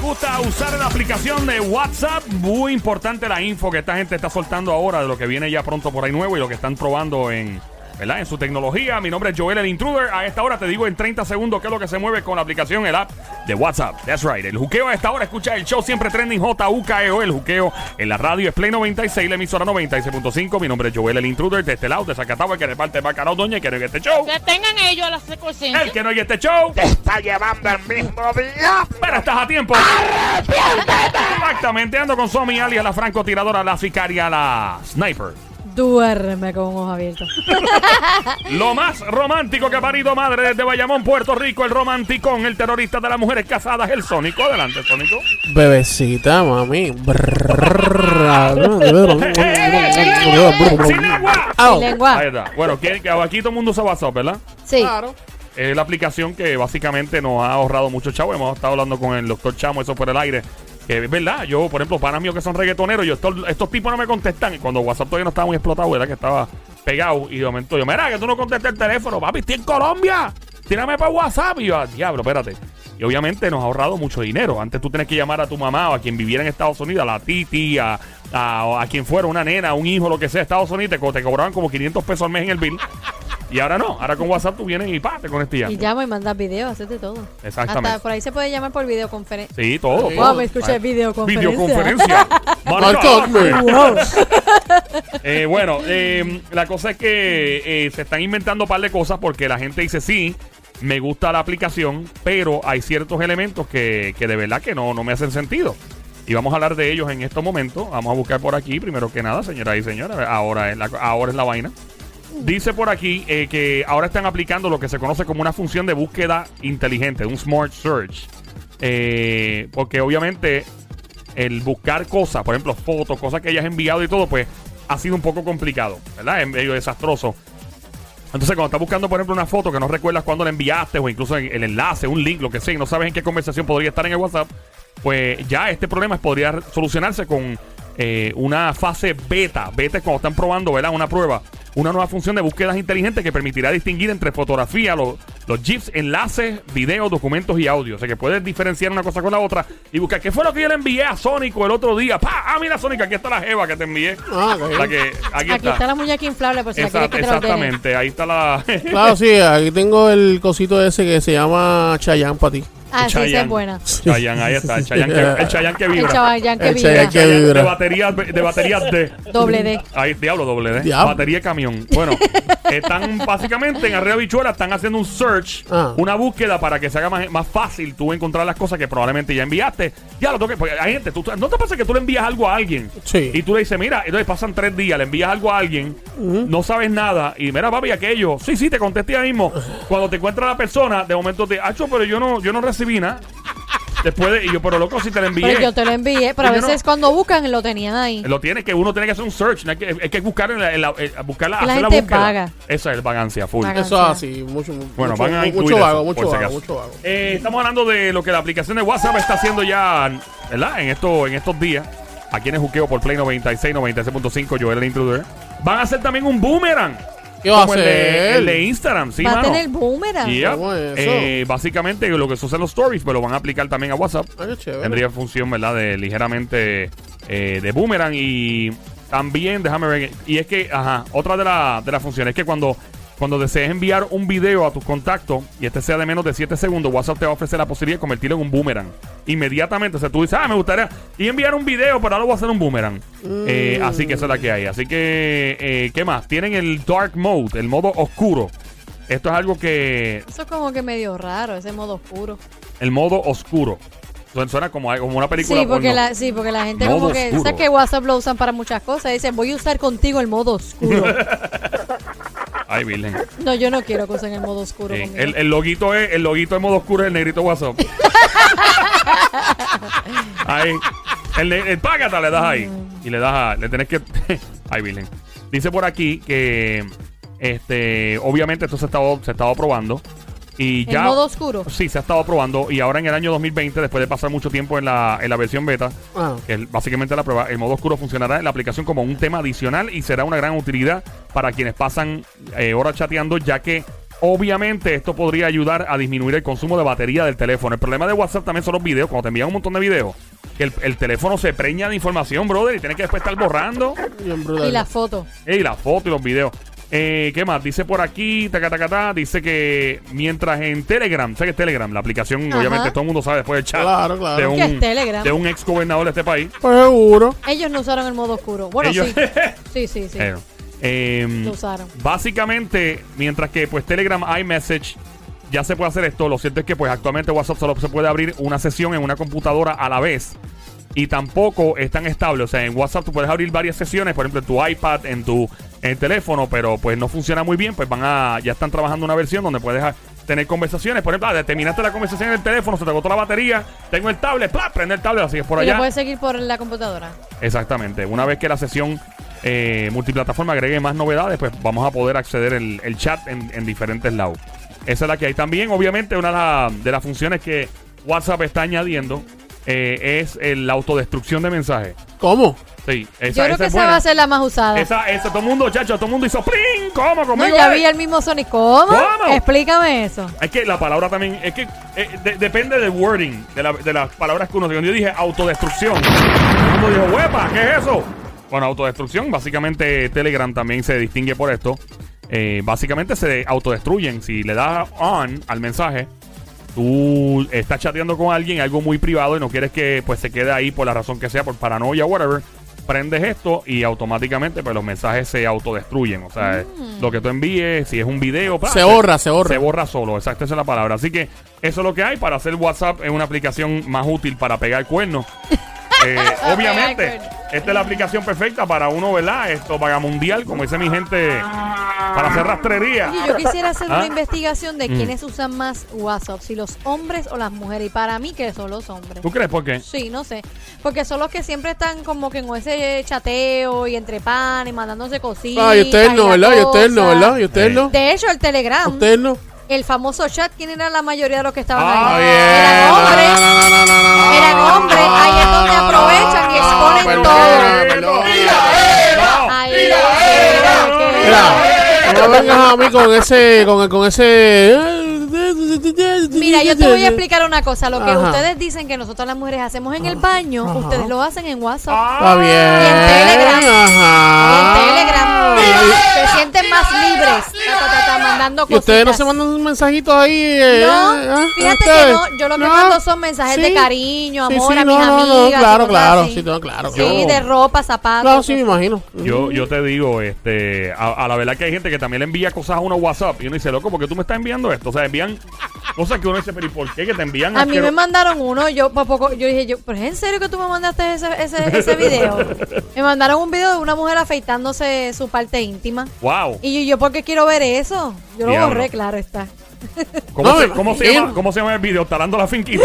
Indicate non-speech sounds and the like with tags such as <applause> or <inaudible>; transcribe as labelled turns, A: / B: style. A: gusta usar la aplicación de WhatsApp, muy importante la info que esta gente está soltando ahora de lo que viene ya pronto por ahí nuevo y lo que están probando en, ¿verdad? en su tecnología. Mi nombre es Joel el Intruder. A esta hora te digo en 30 segundos qué es lo que se mueve con la aplicación, el app de WhatsApp. That's right. El juqueo a esta hora. Escucha el show siempre trending JUKEO. E El juqueo en la radio es Play 96, la emisora 96.5. Mi nombre es Joel el Intruder de este lado, de Zacatagua, el que reparte Bacarao Doña y que no hay este show.
B: Que tengan ellos las consecuencias.
A: El que no hay este show.
C: Te está llevando el mismo día.
A: Pero estás a tiempo. Exactamente. Ando con Somi alias la francotiradora, la sicaria, la sniper.
D: Duerme con un ojo abierto.
A: Lo más romántico que ha parido madre desde Bayamón, Puerto Rico, el romanticón, el terrorista de las mujeres casadas, el Sónico. Adelante, Sónico.
E: Bebecita, mami.
A: ¡Sin agua!
E: Au.
D: Mi lengua.
A: Ahí está. Bueno, ¿quién- que aquí todo el mundo usa WhatsApp, ¿verdad?
D: Sí.
A: Es la aplicación que básicamente nos ha ahorrado mucho chavo. Hemos estado hablando con el doctor Chamo, eso por el aire. Que es verdad, yo, por ejemplo, panas míos que son reggaetoneros, yo estos, estos tipos no me contestan. Cuando WhatsApp todavía no estaba muy explotado, era que estaba pegado. Y de momento yo, mira, que tú no contestas el teléfono, papi, estoy en Colombia. Tírame para WhatsApp. Y yo, "Ah, diablo, espérate. Y obviamente nos ha ahorrado mucho dinero. Antes tú tenías que llamar a tu mamá o a quien viviera en Estados Unidos, a la titi, a, a, a quien fuera, una nena, un hijo, lo que sea, de Estados Unidos, te, co- te cobraban como 500 pesos al mes en el bill. Y ahora no, ahora con WhatsApp tú vienes y pa, te conectas.
D: Y llama y mandas videos, haces de todo.
A: Exactamente.
D: Hasta por ahí se puede llamar por videoconferencia.
A: Sí, todo.
E: Sí.
A: todo.
D: Wow, me escuché videoconferencia.
A: Videoconferencia. Marca.
E: Marca.
D: Wow.
A: <laughs> Eh, bueno, eh, la cosa es que eh, se están inventando un par de cosas porque la gente dice sí. Me gusta la aplicación, pero hay ciertos elementos que, que de verdad que no, no me hacen sentido. Y vamos a hablar de ellos en estos momentos. Vamos a buscar por aquí, primero que nada, señoras y señores. Ahora es la, ahora es la vaina. Dice por aquí eh, que ahora están aplicando lo que se conoce como una función de búsqueda inteligente, un smart search. Eh, porque obviamente el buscar cosas, por ejemplo, fotos, cosas que hayas enviado y todo, pues ha sido un poco complicado, ¿verdad? Es medio desastroso. Entonces, cuando estás buscando, por ejemplo, una foto que no recuerdas cuándo la enviaste o incluso en- el enlace, un link, lo que sea, y no sabes en qué conversación podría estar en el WhatsApp, pues ya este problema podría re- solucionarse con eh, una fase beta. Beta es cuando están probando, ¿verdad? Una prueba. Una nueva función de búsquedas inteligentes que permitirá distinguir entre fotografía, lo- los GIFs, enlaces, videos, documentos y audio. O sea que puedes diferenciar una cosa con la otra y buscar qué fue lo que yo le envié a Sónico el otro día. ¡Pa! Ah, mira, Sónico, aquí está la jeva que te envié.
E: Ah, ok.
A: La que, aquí,
D: Aquí está la muñeca inflable por si la quieres
A: Exact-
D: que te la ordenen.
A: exactamente, ahí está la. <laughs>
E: Claro, sí, aquí tengo el cosito ese que se llama Chayanne para ti.
D: Ah, sí, esa
A: Chayanne.
D: es buena.
A: Chayanne, ahí está, el Chayanne que, el Chayanne que
D: El
A: vibra.
D: chavallán que
E: El Chayanne
D: vibra.
E: que
A: Chayanne De
E: vibra.
A: baterías, de baterías D.
D: Doble D.
A: Ahí, diablo, doble D.
E: Diablo.
A: Batería de camión.
E: <laughs>
A: Bueno, están básicamente en Arrea Bichuela, están haciendo un search,
E: Ah.
A: una búsqueda para que se haga más, más fácil tú encontrar las cosas que probablemente ya enviaste. Ya lo toque, porque hay gente, tú, ¿no te pasa que tú le envías algo a alguien?
E: Sí.
A: Y tú le dices, mira, entonces pasan tres días, le envías algo a alguien, no sabes nada, y mira, papi, aquello. Sí, sí, te contesté ahí mismo. Cuando te encuentra la persona, de momento te, acho, pero yo no, yo no recibí nada. Después de, y yo, pero loco, si te la envié.
D: Pero yo te lo envié, pero a
A: Y yo no-
D: veces cuando buscan lo tenían ahí.
A: Lo tiene que uno tiene que hacer un search, no hay que, hay que buscar en la, en la- eh, buscarla,
D: La
A: hacer la
D: gente
A: búsqueda.
D: vaga.
A: Esa es vagancia full.
D: Vaga.
E: Eso es así, mucho,
A: Bueno,
E: mucho,
A: van a incluir
E: mucho
A: eso,
E: vago,
A: por
E: mucho
A: si
E: vago,
A: acaso.
E: mucho vago.
A: Eh, estamos hablando de lo que la aplicación de WhatsApp está haciendo ya, ¿verdad? En esto, en estos días. Aquí en el juqueo por Play 96, 96.5, Joel el Intruder. Van a hacer también un boomerang.
E: ¿Qué va a
A: Como el de,
E: hacer?
A: el de Instagram, sí,
D: Va a
A: mano.
D: tener boomerang.
A: Yep.
E: ¿Cómo es eso?
A: Eh, básicamente lo que se usa en los stories, pero lo van a aplicar también a WhatsApp.
E: Ah, qué chévere.
A: Tendría función, ¿verdad? De ligeramente eh, de boomerang y también, déjame ver. Y es que, ajá, otra de, la- de las funciones es que cuando, cuando desees enviar un video a tus contactos y este sea de menos de 7 segundos, WhatsApp te va a ofrecer la posibilidad de convertirlo en un boomerang. Inmediatamente, o sea, tú dices, ah, me gustaría y enviar un video, pero ahora voy a hacer un boomerang.
D: Mm.
A: Eh, así que esa es la que hay. Así que, eh, ¿qué más? Tienen el dark mode, el modo oscuro. Esto es algo que
D: Eso es como que medio raro, ese modo oscuro.
A: el modo oscuro. Suena- Suena como, como una película.
D: Sí porque,
A: porno.
D: la, sí, porque la gente
A: Modo
D: como que...
A: oscuro.
D: ¿Sabes que WhatsApp lo usan para muchas cosas? Dicen, voy a usar contigo el
A: <laughs>
D: modo oscuro.
A: Ay, virgen.
D: no, yo no quiero que usen el modo oscuro
A: Eh,
D: conmigo.
A: el, el loguito es el loguito de modo oscuro es el negrito
D: <laughs>
A: WhatsApp. ahí. El, ne- el págata le das ahí.
D: Ah.
A: Y le das a. Le tenés que. <laughs> Ay, Virgen. Dice por aquí que. Este. Obviamente esto se estaba, se estaba probando. Y
D: ¿El
A: ya.
D: modo oscuro?
A: Sí, se ha estado probando. Y ahora en el año 2020, después de pasar mucho tiempo en la, en la versión beta,
E: Ah.
A: que es básicamente la prueba, el modo oscuro funcionará en la aplicación como un tema adicional y será una gran utilidad para quienes pasan eh, horas chateando, ya que Obviamente esto podría ayudar a disminuir el consumo de batería del teléfono. El problema de WhatsApp también son los videos, cuando te envían un montón de videos, que el, el teléfono se preña de información, brother, y tienes que después estar borrando.
E: Bien brutal.
D: Y las fotos.
A: Y la foto y los videos. Eh, ¿Qué más? Dice por aquí, taca, taca, taca, dice que mientras en Telegram, sé que Telegram, la aplicación,
D: Ajá.
A: obviamente todo el mundo sabe después del chat
E: Claro, claro.
A: de,
D: ¿Qué
A: un,
D: es Telegram?
A: de un ex gobernador de este país.
E: Pues seguro.
D: Ellos no usaron el modo oscuro. Bueno,
A: Ellos-
D: sí. Sí, sí, sí.
A: Bueno, em,
D: Lo usaron.
A: Básicamente, mientras que pues Telegram iMessage ya se puede hacer esto, lo cierto es que pues actualmente WhatsApp solo se puede abrir una sesión en una computadora a la vez. Y tampoco es tan estable. O sea, en WhatsApp tú puedes abrir varias sesiones, por ejemplo, en tu iPad, en tu en el teléfono, pero pues no funciona muy bien. Pues van a. Ya están trabajando una versión donde puedes ah, tener conversaciones. Por ejemplo, ah, terminaste la conversación en el teléfono, se te agotó la batería, tengo el tablet, ¡plá! prende el tablet, así es por
D: Y lo
A: allá.
D: puedes seguir por la computadora.
A: Exactamente. Una vez que la sesión eh, multiplataforma agregue más novedades, pues vamos a poder acceder el, el chat en, en diferentes lados. Esa es la que hay también. Obviamente, una de, la- de las funciones que WhatsApp está añadiendo eh, es el- la autodestrucción de mensajes.
E: ¿Cómo?
A: Sí, esa,
D: Yo
A: esa
D: creo que
A: es
D: esa
A: buena.
D: va a ser la más usada.
A: Esa, esa, todo el mundo, chacho, todo el mundo hizo ¡Pling! ¿Cómo
D: no,
A: conmigo?
D: ya
A: eh?
D: vi el mismo Sonic. ¿Cómo?
A: ¿Cómo?
D: Explícame eso.
A: Es que la palabra también, es que eh, de- depende del wording, de, la- de las palabras que uno dice. Cuando Yo dije autodestrucción. Uno dijo, huepa, ¿qué es eso? Bueno, autodestrucción, básicamente Telegram también se distingue por esto. Eh, básicamente se autodestruyen. Si le das on al mensaje, tú estás chateando con alguien, algo muy privado, y no quieres que pues se quede ahí por la razón que sea, por paranoia, whatever. Prendes esto y automáticamente pues los mensajes se autodestruyen. O sea, lo que tú envíes, si es un video, ¡pa!
E: Se borra, se borra.
A: se borra solo, exacto, esa es la palabra. Así que eso es lo que hay para hacer WhatsApp. Es una aplicación más útil para pegar
D: <laughs>
A: cuernos. Eh, obviamente,
D: cuernos.
A: esta es la aplicación perfecta para uno, ¿verdad? Esto, vagamundial, como dice mi gente, para hacer rastrería.
D: Oye, yo quisiera hacer
A: ¿Ah?
D: una investigación de quiénes usan más WhatsApp, si los hombres o las mujeres. Y para mí que son los hombres.
A: ¿Tú crees por qué?
D: Sí, no sé. Porque son los que siempre están como que en ese chateo y entre pan y mandándose cositas.
E: Ah, y usted no,
D: la
E: ¿verdad? Y usted no,
D: cosa.
E: ¿verdad? Y usted no.
D: De hecho, el
A: Eh.
D: Telegram,
E: Usted no.
D: el famoso chat, ¿quién era la mayoría de los que estaban
A: Ah,
D: ahí?
A: bien.
D: Eran hombres.
E: Eran
D: eran hombres, ahí es donde aprovechan y exponen todo. Ahí era, que era.
E: Mira, no vengas a mí con ese, con, con ese.
D: Mira, yo te voy a explicar una cosa. Lo que
E: Ajá.
D: ustedes dicen que nosotros las mujeres hacemos en el baño,
E: Ajá.
D: ustedes lo hacen en WhatsApp.
E: Está bien.
D: Y en Telegram.
E: Ajá.
D: En Telegram se sienten más libres ta, ta, ta, ta, mandando
E: Y
D: cositas.
E: ustedes no se mandan un mensajito ahí. eh,
D: No,
E: eh,
D: fíjate
E: ustedes.
D: que no, yo lo que mando son mensajes de cariño,
E: Sí,
D: amor
E: sí,
D: a
E: no, no,
D: mis
E: no,
D: amigas.
E: claro,
D: cosas
E: claro,
D: así.
E: sí, no, claro,
D: Sí,
E: claro.
D: de ropa, zapatos.
E: Claro, sí, me imagino.
A: Yo, yo te digo, este, a, a la verdad que hay gente que también le envía cosas a uno WhatsApp y uno dice, loco, ¿por qué tú me estás enviando esto? O sea, envían cosas que uno dice, pero ¿y por qué que te envían?
D: A mí
A: asqueros-
D: me mandaron uno, yo por poco, yo dije, yo, ¿pero es en serio que tú me mandaste ese, ese, ese video? me mandaron un video de una mujer afeitándose su parte íntima.
A: Wow.
D: Y yo, yo ¿por qué quiero ver eso? Yo lo
A: Diablo.
D: borré, claro está.
A: ¿Cómo,
E: No,
A: se,
E: me
A: cómo se
D: eh,
E: imagino.
A: llama, ¿Cómo se llama el video? Talando la finquita.